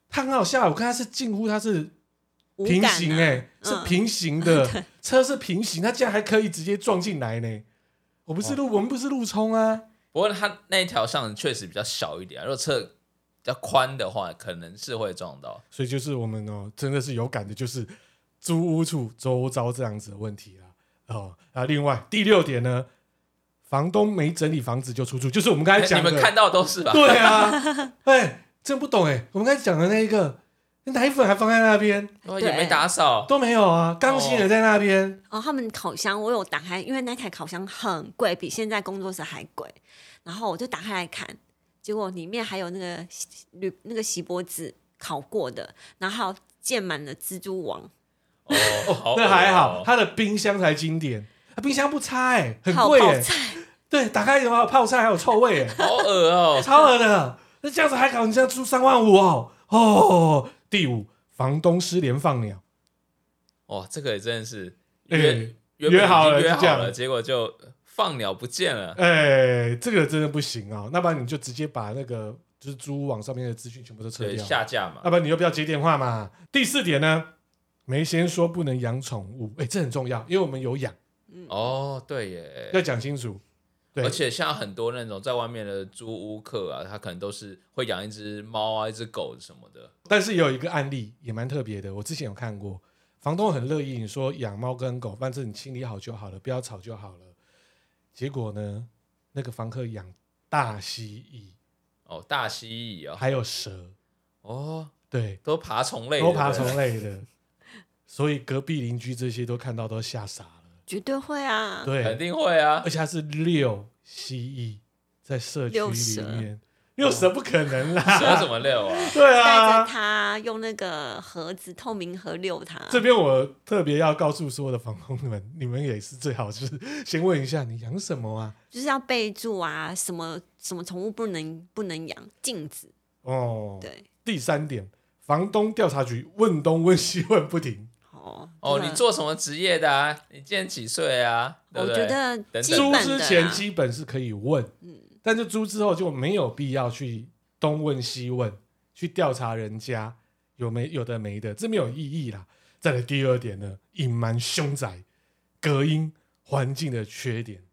他很好笑，我看他是近乎他是无平感行啊哎、是嗯平行 *laughs* 的、车是平行，它竟然还可以直接撞进来呢。我不是哦路，我们不是路冲啊，不过它那一条巷确实比较小一点、啊，如果车比较宽的话，可能是会撞到。所以就是我们哦，真的是有感的，就是租屋处周遭这样子的问题啦。哦，啊，另外第六点呢，房东没整理房子就出租，就是我们刚才哎你讲的，们看到都是吧？对啊， *laughs* 哎、真不懂哎、我们刚才讲的那一个那奶粉还放在那边哇也没打扫，都没有啊，钢琴也在那边。哦，他们烤箱我有打开，因为那台烤箱很贵，比现在工作室还贵。然后我就打开来看，结果里面还有那个锡铝那个锡箔纸烤过的，然后还有溅满了蜘蛛网，哦， *laughs* 好恶哦那还好，它的冰箱才经典，啊、冰箱不差哎、很贵泡哎、泡菜。对，打开以后泡菜还有臭味哎、，好恶哦超额的，那这样子还搞你这样出三万五哦哦。第五，房东失联放鸟，哇，这个也真的是哎约、原本已经约好了约就这好样了，结果就放鸟不见了。哎、这个真的不行啊、那不然你就直接把那个就是租屋网上面的资讯全部都撤对，掉，下架嘛要，不然你就不要接电话嘛。第四点呢，没先说不能养宠物，哎、这很重要，因为我们有养，嗯哦，对耶，要讲清楚。对，而且像很多那种在外面的租屋客啊，他可能都是会养一只猫啊、一只狗什么的。但是有一个案例也蛮特别的，我之前有看过，房东很乐意你说养猫跟狗，反正你清理好就好了，不要吵就好了。结果呢，那个房客养大蜥蜴，哦，大蜥蜴啊、还有蛇，哦，哦，对，都爬虫类的，都爬对不对虫类的，所以隔壁邻居这些都看到都吓傻了。绝对会啊！肯对，定会啊 *laughs* 而。且它是六蜥蜴在社区六里蛇面，六蛇不可能 *laughs* 蛇怎啦，么遛啊？对带啊着，它用那个盒子透明盒遛它，这边我特别要告诉所有的房东们， *laughs* 你们也是最好就是先问一下你养什么啊？就是要备注啊，什么什么宠物不能不能养，禁止。哦，对，第三点，房东调查局问东问西问不停，哦哦，真的你做什么职业的啊？你今年几岁啊？对我不对？觉得等基租本之的前啦嗯基本是可以问，但是租之后就没有必要去东问西问，去调查人家有没有的没的，这没有意义啦。再来第二点呢，隐瞒凶宅、隔音、环境的缺点。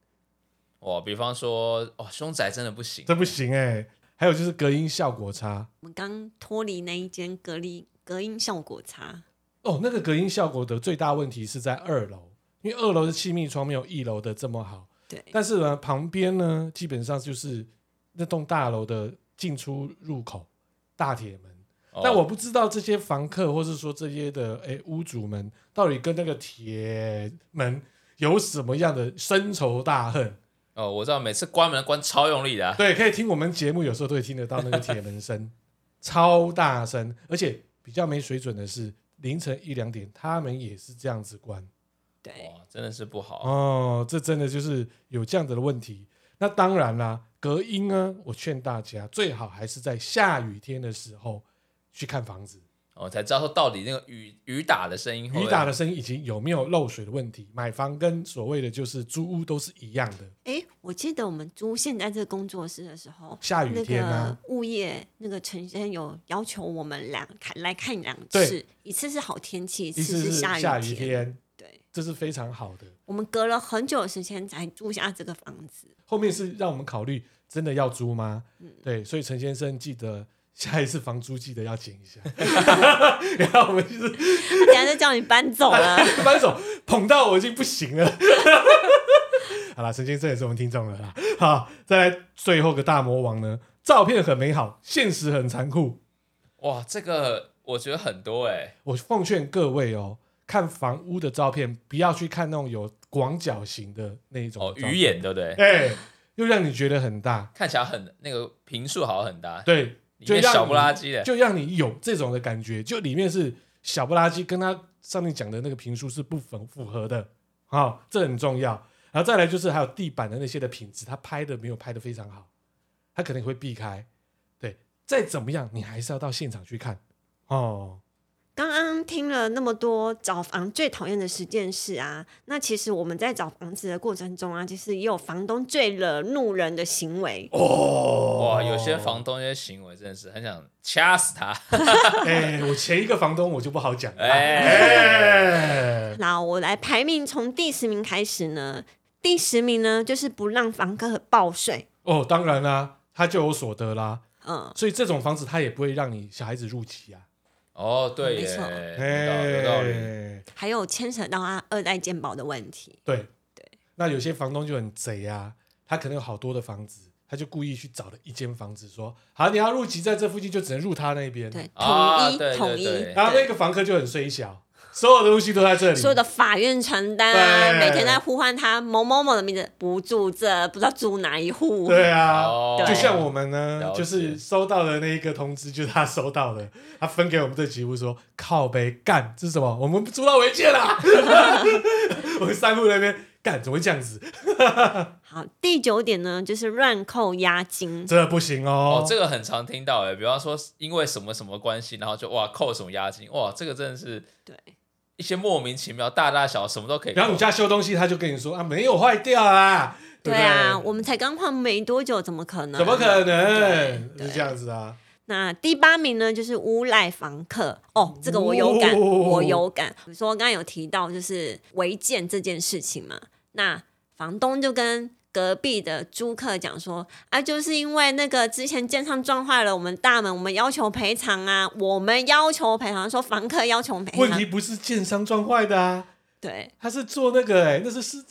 哇，比方说，哇，凶宅真的不行。这不行哎、还有就是隔音效果差我们刚脱离那一间隔离隔音效果差，哦，那个隔音效果的最大问题是在二楼，因为二楼的气密窗没有一楼的这么好。对，但是呢，旁边呢基本上就是那栋大楼的进出入口大铁门。哦但我不知道这些房客或是说这些的诶屋主们到底跟那个铁门有什么样的深仇大恨。哦，我知道，每次关门关超用力的啊。对，可以听我们节目，有时候都会听得到那个铁门声，超大声，而且比较没水准的是，凌晨一两点他们也是这样子关。对，哇，真的是不好。哦，这真的就是有这样子的问题。那当然啦，隔音呢，我劝大家最好还是在下雨天的时候去看房子，哦，才知道说到底那个雨雨打的声音会不雨会，打的声音以及有没有漏水的问题。买房跟所谓的就是租屋都是一样的，哎，我记得我们租现在这个工作室的时候，下雨那天啊个物业那个陈先生有要求我们两看来看两对次，一次是好天气，一一次次是下下雨天。天，对，这是非常好的。我们隔了很久的时间才租下这个房子，后面是让我们考虑真的要租吗？对，所以陈先生记得下一次房租记得要减一下， *laughs* 然后我们就是他等下就叫你搬走 *laughs* 了。扳手捧到我已经不行了。 *laughs* 好啦，陈先生也是我们听众了啦。好，再来最后个大魔王呢，照片很美好，现实很残酷。哇，这个我觉得很多哎、我奉劝各位哦，看房屋的照片，不要去看那种有广角型的那一种哦，照片鱼，眼对不对？哎、又让你觉得很大，看起来很那个频数好像很大，对，哎里就面让小不拉你几的，就让你有这种的感觉，就里面是小不拉几，跟他上面讲的那个评述是不符符合的，好、这很重要。然后再来就是还有地板的那些的品质，他拍的没有拍的非常好，他可能会避开。对，再怎么样，你还是要到现场去看哦。刚刚听了那么多找房最讨厌的十件事啊，那其实我们在找房子的过程中啊，其实也有房东最惹怒人的行为。哦哇，有些房东一些行为真的是很想掐死他， *laughs* 哎、我前一个房东我就不好讲了。哎、哎那我来排名，从第十名开始呢。第十名呢，就是不让房客报税。哦，当然啦、他就有所得啦，嗯，所以这种房子他也不会让你小孩子入籍啊。哦，对没耶，错有道有道理。哎还有牵扯到他二代健保的问题。对那有些房东就很贼啊，他可能有好多的房子，他就故意去找了一间房子说，好，你要入籍在这附近就只能入他那边。对，统一、啊对统对一，对然后那个房客就很衰小，所有的东西都在这里。所有的法院传单啊，对每天在呼唤他某某某的名字，不住这，不知道住哪一户。对啊。哦，就像我们呢，了解就是收到的那一个通知，就是他收到的，他分给我们这几户说靠北干，这是什么？我们租到违建啦！ *laughs* 我们三户那边干怎么会这样子？好，第九点呢，就是乱扣押金。这不行哦哦，，这个很常听到哎，比方说因为什么什么关系，然后就哇扣什么押金，哇，这个真的是对，一些莫名其妙大大小小什么都可以扣。然后你家修东西，他就跟你说啊没有坏掉啊，对对不啊，我们才刚换没多久，怎么可能？怎么可能对是对这样子啊？那第八名呢，就是诬赖房客哦，这个我有感，哦我有感。比如说刚刚有提到就是违建这件事情嘛，那房东就跟隔壁的租客讲说啊，就是因为那个之前建商撞坏了我们大门，我们要求赔偿啊，我们要求赔偿，说房客要求赔问偿题，不是建商撞坏的啊，对他是做那个哎、那是是是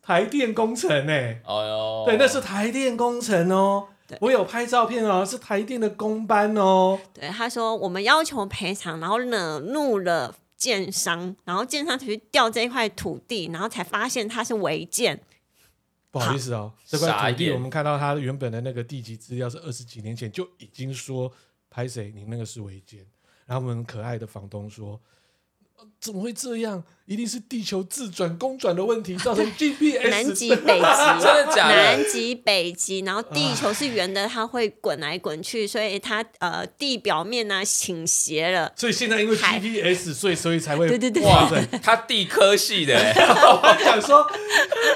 台电工程哎、哦哟，对，那是台电工程哦对。我有拍照片哦，是台电的工班哦。对，他说我们要求赔偿，然后惹怒了。建商，然后建商才去调这块土地，然后才发现它是违建。不好意思哦，这傻块土地眼我们看到它原本的那个地籍资料是二十几年前就已经说拍谁你那个是违建，然后我们可爱的房东说。呃怎么会这样？一定是地球自转、公转的问题造成 *laughs* GPS 南极、北啊极，真的假的？南极、北极，然后地球是圆的，它会滚来滚去，所以它呃地表面呢、倾斜了。 *laughs* 所以现在因为海 GPS，所以所以才会对对对哇哇塞！，他地科系的欸， *laughs* 我还想说，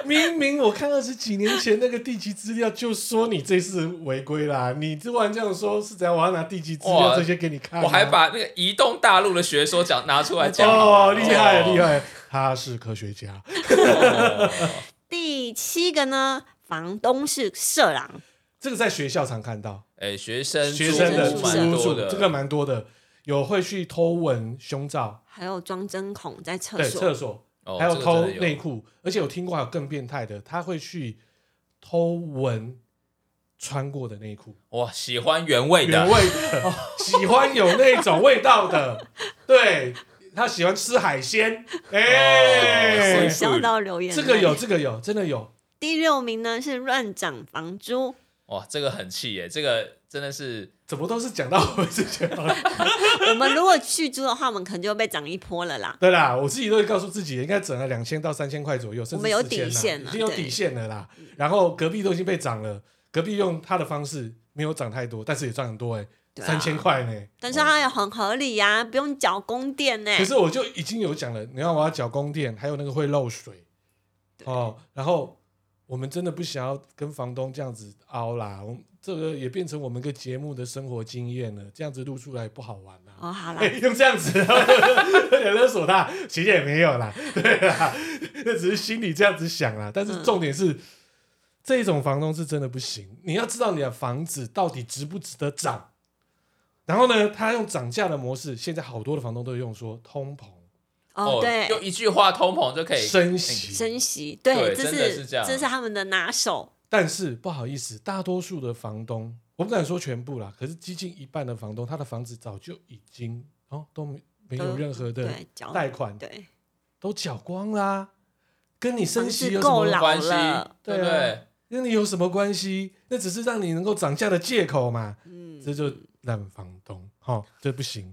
明明我看二十几年前那个地籍资料就说你这次违规啦，你突然这样说是怎样？我要拿地籍资料哇这些给你看啊、我还把那个移动大陆的学说讲拿出来讲。哦，厉害厉害，他是科学家。害！第七个呢，房东是色狼，这个在学校常看到，哎，学生学生的租屋屋租蛮住多的，这个蛮多的，有会去偷闻胸罩，还有装针孔在厕对所。厕所，哦还有这个偷真的有内裤，而且我听过还有更变态的，他会去偷闻穿过的内裤。哇，喜欢原味原的，味的，喜欢有那种味道 *laughs* 的，对他喜欢吃海鲜，哦哎、对我笑到流眼泪。这个有，这个有，真的有，第六名呢是乱涨房租，哇，这个很气耶，这个真的是怎么都是讲到我自己 *laughs* 好了。我们如果去租的话，我们可能就被涨一波了啦。对啦，我自己都会告诉自己，应该整了两千到三千块左右，甚至我们有4000啦底线已了经有对嗯底线了啦。然后隔壁都已经被涨了，隔壁用他的方式没有涨太多，但是也赚很多哎、对啊三千块呢。但是它也很合理呀、不用缴供电呢、哦可是我就已经有讲了，你看我要缴供电，还有那个会漏水，哦，然后我们真的不想要跟房东这样子凹啦，我们这个也变成我们一个节目的生活经验了，这样子录出来不好玩啦、哦，好啦哎、，用这样子 *laughs* 有点勒索他，其实也没有啦， *laughs* 对啦，那只是心里这样子想啦。但嗯是重点是，这种房东是真的不行。你要知道你的房子到底值不值得涨。然后呢，他用涨价的模式，现在好多的房东都用说通膨、哦，对，用一句话通膨就可以升息，哎升息，对这真的是是这样是他们的拿手。但是不好意思，大多数的房东，我不敢说全部啦，可是接近一半的房东，他的房子早就已经哦都没没有都任何的对，哦缴贷款，对，都缴光啦，跟你升房息子有什够么老哎关系了，对不对啊对？跟你有什么关系？那只是让你能够涨价的借口嘛，嗯这就烂房东，哦，这不行。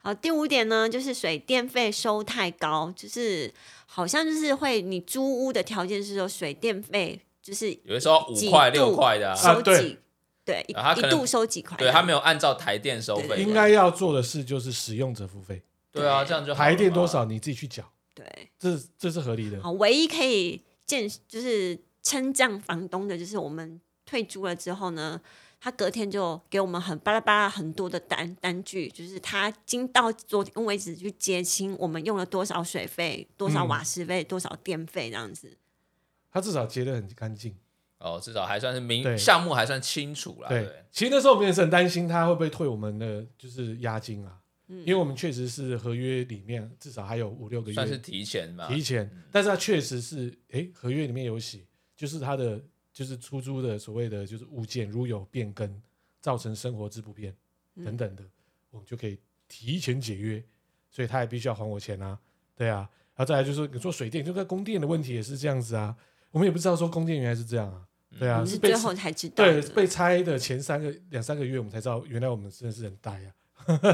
好，第五点呢，就是水电费收太高，就是好像就是会你租屋的条件是说水电费就是有的时候五块几度六块的啊、啊收几、对对一、啊他一可能度收几块，对他没有按照台电收对费，应该要做的事就是使用者付费，对啊，这样就好了嘛台电多？少你自己去缴，对，这这是合理的。好，唯一可以见就是称赞房东的，就是我们退租了之后呢。他隔天就给我们很巴拉巴拉很多的单单据，就是他今到昨天为止去结清我们用了多少水费、多少嗯瓦斯费、多少电费这样子。他至少结得很干净。哦，至少还算是明对项目还算清楚啦。对啊对，，其实那时候我们也是很担心他会不会退我们的就是押金啊，嗯因为我们确实是合约里面至少还有五六个算是月提前嘛。提前，但是他确实是诶，合约里面有写，就是他的就是出租的所谓的就是物件如有变更，造成生活之不便等等的，我们就可以提前解约，所以他也必须要还我钱啊，对啊，然后再来就是说你说水电，就跟供电的问题也是这样子啊，我们也不知道说供电原来是这样啊，对我啊，们是是被最后才知道对的，，被拆的前三个两三个月，我们才知道原来我们真的是很呆啊。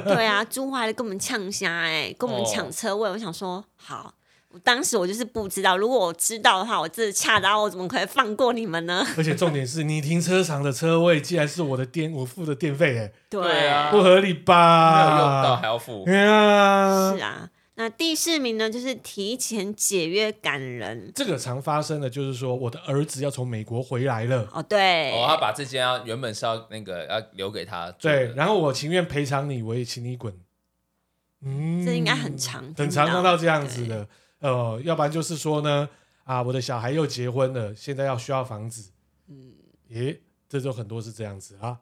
对啊，租回来的跟我们呛虾哎、跟我们哦抢车位。我想说，好，我当时我就是不知道，如果我知道的话，我真的恰到，我怎么可以放过你们呢？ *laughs* 而且重点是你停车场的车位竟然是我的电，我付的电费，哎，对啊不合理没有用到吧？还要付，对啊是，啊。那第四名呢，就是提前解约感人这个常发生的就是说，我的儿子要从美国回来了，哦，对，哦，他把这间要原本是要那个要留给他住的，对，然后我情愿赔偿你，我也请你滚。嗯，这应该很长，很常听看到这样子的，呃，要不然就是说呢，啊，我的小孩又结婚了，现在要需要房子，嗯，诶，这就很多是这样子啊。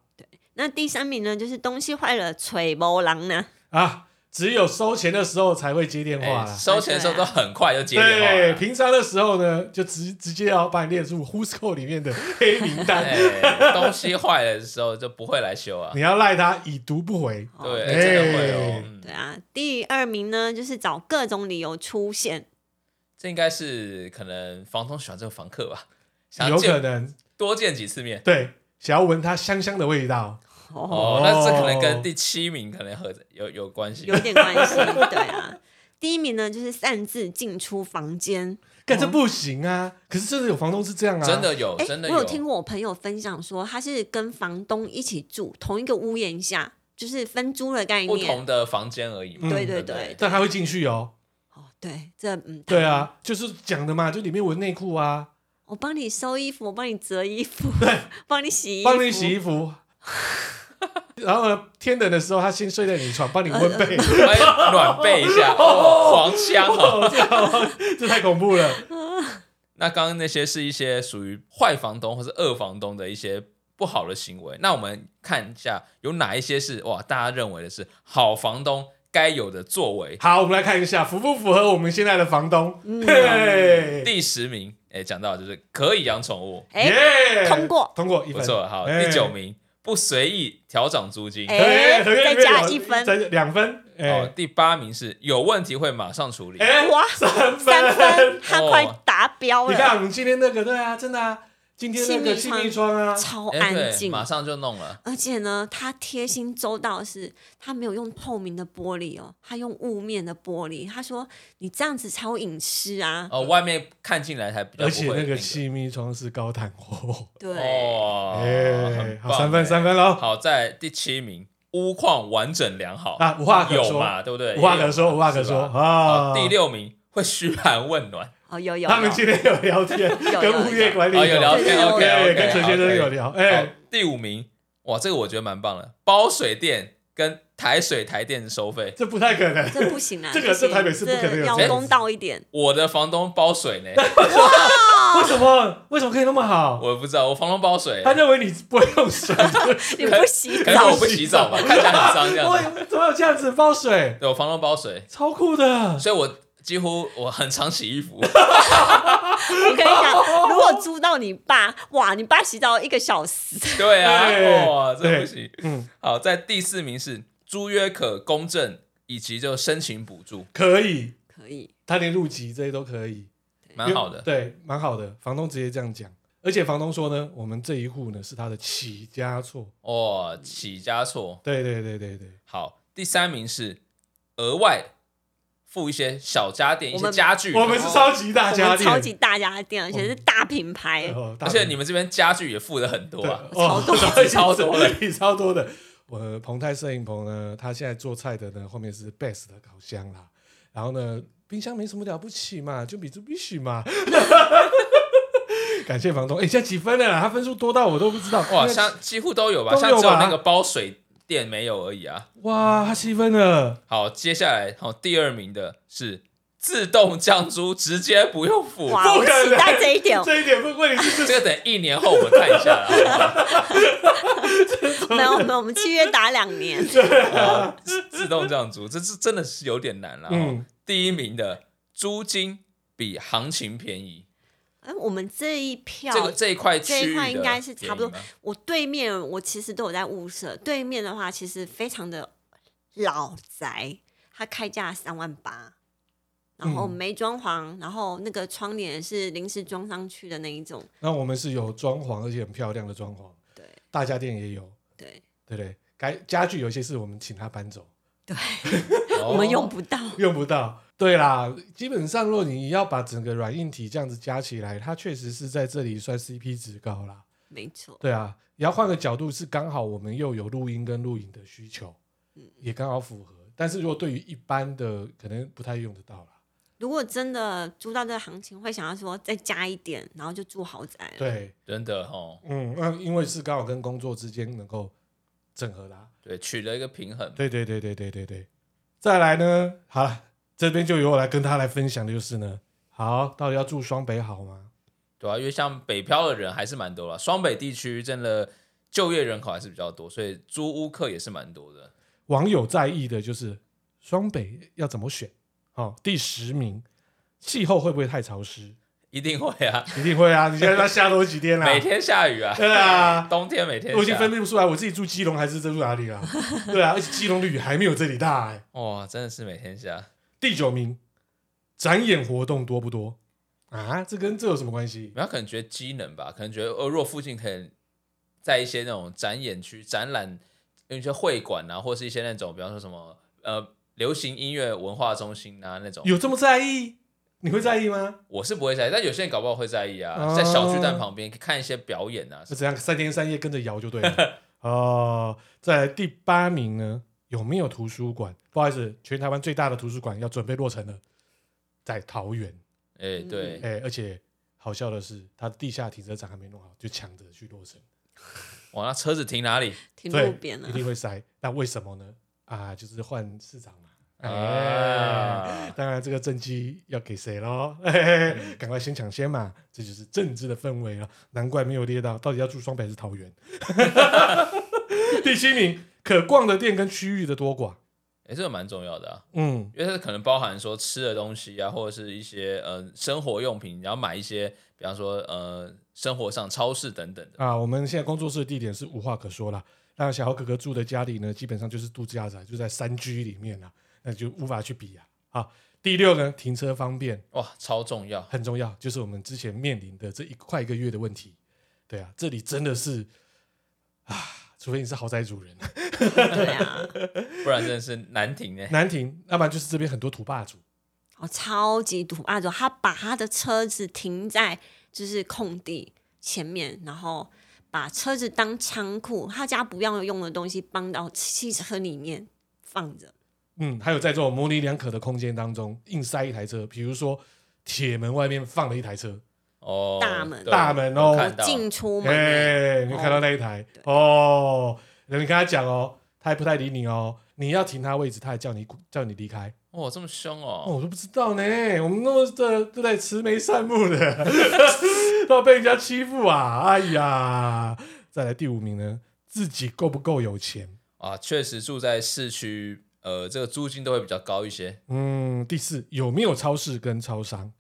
那第三名呢，就是东西坏了，吹毛狼呢，啊，只有收钱的时候才会接电话哎，啦。收钱的时候都很快就接电话对，了。平常的时候呢，就直直接要把你列入 Who's Call 里面的黑名 *laughs* 单，哎，东西坏了的时候就不会来修啊你。要赖他已读不回。哦对，哎真的会哦。嗯对啊。第二名呢，就是找各种理由出现，这应该是可能房东喜欢这个房客吧，想有可见能多见几次面。对，想要闻他香香的味道，哦，哦，那这可能跟第七名可能和有有关系有。点关系，对啊。第一名呢，就是擅自进出房间。哦干这不行啊！可是真的有房东是这样啊，真的有，哎，真的我有听过我朋友分享说，他是跟房东一起住同一个屋檐下，就是分租的概不念。同的房间而已嘛。嗯对对对不对对，但他会进去哦。哦，对，这嗯，对，啊，就是讲的嘛，就里面闻内裤啊，我帮你收衣服，我帮你折衣服， *laughs* 帮你洗衣服，帮你洗衣 *laughs* 服。然后呢，天冷的时候，他先睡在你床，帮你温被，呃哎，暖被一下，哦，黄腔哦。 *laughs* 这太恐怖了。那刚刚那些是一些属于坏房东或是恶房东的一些不好的行为。那我们看一下有哪一些是哇，大家认为的是好房东该有的作为。好，我们来看一下符不符合我们现在的房东。嘿，第十名，哎，讲到就是可以养宠物，哎、耶通过通过一不分，错，好。哎第九，名，不随意调涨租金。哎哎，合约再里面加有一分再两分，哦，哎第八名是有问题会马上处理。哎，哇三三分，分。他快哦达标你看了，我们今天那个，对啊，真的啊，今天那个气气密窗密窗啊，超哎，安对，静。马上就弄了。而且呢，他贴心周到的是，他没有用透明的玻璃哦，他用雾面的玻璃。他说：“你这样子才有隐私啊。哦，外面看进来才比较而不会且那个个气密窗是高碳货，对，哦，哎很，棒好，三分，哎三分喽。好在第七名，屋况完整良好啊无话可说有嘛，对不对？无话可说，无话可是说吧。啊好，！第六名会嘘寒问暖，哦，有有他们有今天有聊天，有跟物业管理哦，有聊对天对，OK，对 OK，哎跟陈先生有。聊，哎好，第五名，哇，这个我觉得蛮棒的，包水电跟台水台电收费，这不太可能，这不行啊， *laughs* 这个不行这台北市不可能有这要这样子公道一点。我的房东包水呢， *laughs* 为什么？为什么可以那么好？我不知道，我房东包水，他认为你不会用水，你不洗可能澡我不洗澡吧，看起来很脏这样子。我怎么有这样子包水？对我房东包水，超酷的！所以我几乎我很常洗 *laughs* 衣服，我跟你讲，如果租到你爸，哇，你爸洗澡一个小时， *laughs* 对啊，对哇，这不哎对行。嗯，好，在第四名是租约可公证以及就申请补助，可以，可以，他连入籍这些都可以，蛮好的。对，蛮好的。房东直接这样讲，而且房东说呢，我们这一户呢是他的起家厝。哦，起家错。对对对对对，好，第三名是额外付一些小家电、一我些们家具。哦我们是超级大我家们电，超级大家店，而且是大品牌，哦，大而且你们这边家具也付的很多对啊。哦超多超多的的，超多的。我彭泰摄影棚呢，他现在做菜的呢，后面是 Best 的烤箱啦，然后呢，冰箱没什么了不起嘛，就 Mitsubishi 嘛。 *laughs* 感谢房东，哎、现在几分了啦？他分数多到我都不知道。哇，那像几乎都有吧，都有像只有吧那个包水电没有而已啊。哇，他七分了，好，接下来好第二名的是自动降租，直接不用付。哇，不我可能期待这一 *laughs* 点，这一点不问题是这个等一年后我们看一下啊。没有没有，我们契约打两 *laughs* 年，啊自 *laughs* 自动降租，这是真的是有点难了、哦。嗯第一名的租金比行情便宜，哎，我们这一票这个这一块区这域的一块应该是差不多便宜吗我对面我其实都有在物色，对面的话其实非常的老宅，它开价三万八，然后嗯没装潢，然后那个窗帘是临时装上去的那一种，那我们是有装潢，而且很漂亮的装潢，对大家电也有，对，对不对？该家具有些是我们请他搬走，哦哦我们用不到，用不到。对啦，基本上若你要把整个软硬体这样子加起来，它确实是在这里算 CP 值高啦。没错，对啊，也要换个角度，是刚好我们又有录音跟录影的需求，也刚好符合。但是如果对于一般的，可能不太用得到啦。如果真的租到这个行情，会想要说再加一点，然后就住豪宅了。对，真的哦，嗯，那因为是刚好跟工作之间能够整合啦。对，取得一个平衡。对对对对对对对。再来呢，好了，这边就由我来跟他来分享的就是呢，好，到底要住双北好吗？对啊，因为像北漂的人还是蛮多了，双北地区真的就业人口还是比较多，所以租屋客也是蛮多的。网友在意的就是双北要怎么选。哦，第十名，气候会不会太潮湿？一定会啊，一定会啊！你现在要下多几 *laughs* 天啦、每天下雨啊，对啊，冬天每天我已经下分，辨不出来我自己住基隆还是住哪里啦、对啊，而且基隆的雨还没有这里大、欸。哇，真的是每天下。第九名，展演活动多不多啊？这跟这有什么关系？然后可能觉得机能吧，可能觉得呃，如果附近可以在一些那种展演区、展览，有一些会馆啊，或是一些那种，比方说什么呃，流行音乐文化中心啊那种，有这么在意？你会在意吗？我是不会在意，但有些人搞不好会在意啊，哦在小巨蛋旁边看一些表演啊，是怎样三天三夜跟着摇就对了？哦，再来第八名呢？有没有图书馆？不好意思，全台湾最大的图书馆要准备落成了，在桃园。哎、对，哎、而且好笑的是，它的地下停车场还没弄好，就抢着去落成，哇，那车子停哪里？停对，路边一了，定会塞。那为什么呢？啊，就是换市长嘛。哎，啊，当然这个政绩要给谁喽？嘿嘿嘿 *laughs* 赶快先抢先嘛，这就是政治的氛围了。难怪没有列到，到底要住双北还是桃园？ *laughs* 第七名，可逛的店跟区域的多寡。也、这个蛮重要的啊。嗯，因为它可能包含说吃的东西啊，或者是一些呃生活用品，然后买一些，比方说呃生活上超市等等的。啊，我们现在工作室的地点是无话可说啦。那小豪哥哥住的家里呢，基本上就是度假宅，就在山居里面啦，那就无法去比啊。好，第六呢，停车方便哇，超重要！很重要，就是我们之前面临的这一快一个月的问题。对啊，这里真的是啊，除非你是豪宅主人，对啊，不然真的是难停欸呢。难停，要不然就是这边很多土霸主。哦，超级土霸主，他把他的车子停在就是空地前面，然后把车子当仓库，他家不要用的东西搬到汽车里面放着。嗯，还有在这种模棱两可的空间当中，硬塞一台车，比如说铁门外面放了一台车，哦，大门对大门哦我看到进出门哎、欸、你看到那一台哦，那你跟他讲哦，他还不太理你哦，你要停他位置，他还叫你叫你离开哇，这么凶哦，哦！我都不知道呢，我们那么的都在慈眉善目的， *laughs* 到被人家欺负啊，哎呀！再来第五名呢，自己够不够有钱？啊，确实住在市区呃这个租金都会比较高一些。嗯，第四，有没有超市跟超商？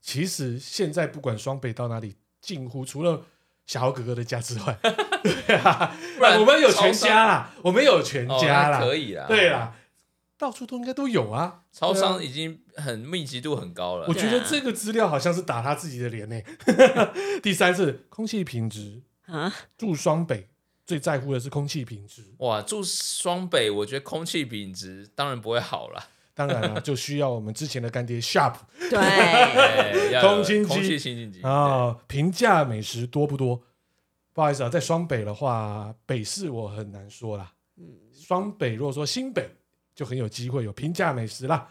其实现在不管双北到哪里，近乎除了小豪哥哥的家之外， *laughs* 对啊，不然我们有超全商家啦，我们有全哦，家那啦，可以啦，对，啦，到处都应该都有啊。超商对已经很密集度很高了我。觉得对啊这个资料好像是打他自己的脸呢、 *laughs* 第三是空气品质，啊，住双北最在乎的是空气品质，哇，住双北，我觉得空气品质当然不会好 *laughs* 了。当然啊 *laughs* 了、就需要我们之前的干爹 Sharp 对，对哎要有空清机空气清净机啊，平价美食多不多？不好意思啊，在双北的话，北市我很难说啦。嗯，双北如果说新北，就很有机会有平价美食啦。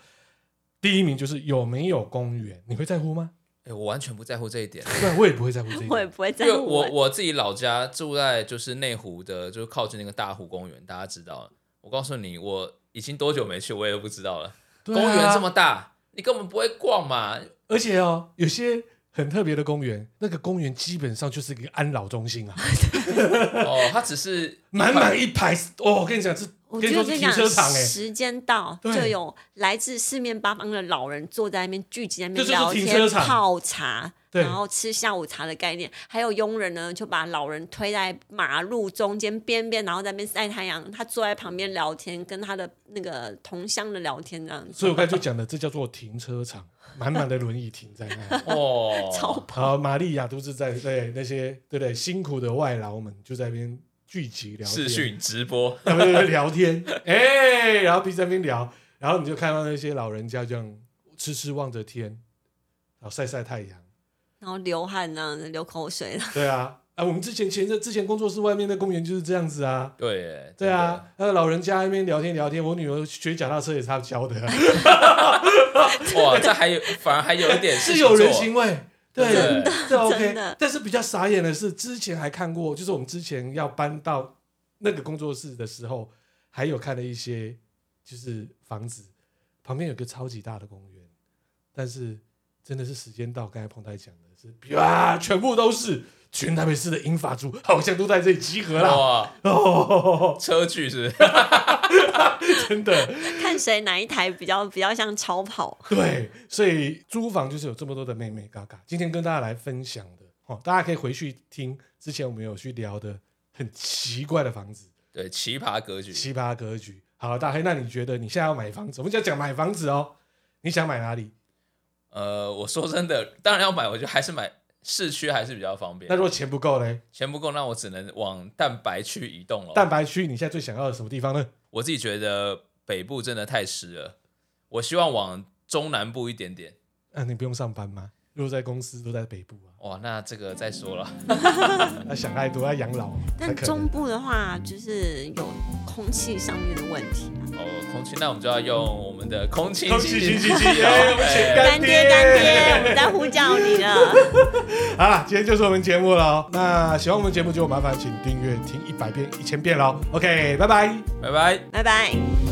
第一名就是有没有公园，你会在乎吗？哎，我完全不在乎这一点，不然我也不会在乎这一我也点。不会 *laughs* 在因为乎我我自己老家住在就是内湖的，就是靠近那个大湖公园，大家知道。我告诉你，我已经多久没去，我也不知道了。对啊公园这么大，你根本不会逛嘛。而且哦，有些很特别的公园，那个公园基本上就是一个安老中 *laughs* 心啊，哦，它只是满满一排哦，我跟你讲是，我跟你觉说得是这停讲车场哎、时间到，对就有来自四面八方的老人坐在那边聚集在那边这就是聊停天车、场泡茶，对然后吃下午茶的概念。还有佣人呢，就把老人推在马路中间边边，然后在那边晒太阳，他坐在旁边聊天，跟他的那个同乡的聊天这样子。所以我刚才就讲的，这叫做停车场， *laughs* 满满的轮椅停在那里。哦， *laughs* 超好，玛利亚都是在对那些对不对辛苦的外劳们就在那边聚集聊天，视讯直播，他们在那边聊天， *laughs* 哎、然后彼此在那边聊，然后你就看到那些老人家这样痴痴望着天，然后晒晒太阳。然后流汗这样子，流口水， *laughs* 对啊，啊，我们之前前阵之前工作室外面的公园就是这样子啊。对耶，对真的啊，那个老人家那边聊天聊天，我女儿学脚踏车也是她教的啊， *laughs* 哇，这还有，反而还有一点事 *laughs* 是情有人做情味。对，真的这 OK 真的。但是比较傻眼的是，之前还看过，就是我们之前要搬到那个工作室的时候，还有看了一些就是房子旁边有个超级大的公园，但是真的是时间到，刚才彭太讲的是，哇，全部都是全台北市的英法族好像都在这里集合啦。哇，哦，车距是不是？ *laughs* *laughs* 真的。看谁哪一台比较比较像超跑。对，所以租房就是有这么多的妹妹嘎嘎。今天跟大家来分享的哦，大家可以回去听之前我们有去聊的很奇怪的房子，对，奇葩格局，奇葩格局。好，大黑，那你觉得你现在要买房子？我们就要讲买房子哦，你想买哪里？呃，我说真的，当然要买，我觉得还是买市区还是比较方便那。如果钱不够嘞，钱不够，那我只能往蛋白区移动了。蛋白区你现在最想要的什么地方呢？我自己觉得北部真的太湿了，我希望往中南部一点点。啊，你不用上班吗？如果在公司都在北部啊，哇，那这个再说了。那想太多，要养老。那但可能中部的话，就是有空气上面的问题啊。哦，空气，那我们就要用我们的空气空气清新机，哎，我们请哎干爹，干爹，我们在呼叫你了。好了，今天就是我们节目了哦。那喜欢我们节目就麻烦请订阅，听一百遍、一千遍喽。OK，拜拜。拜拜。拜拜。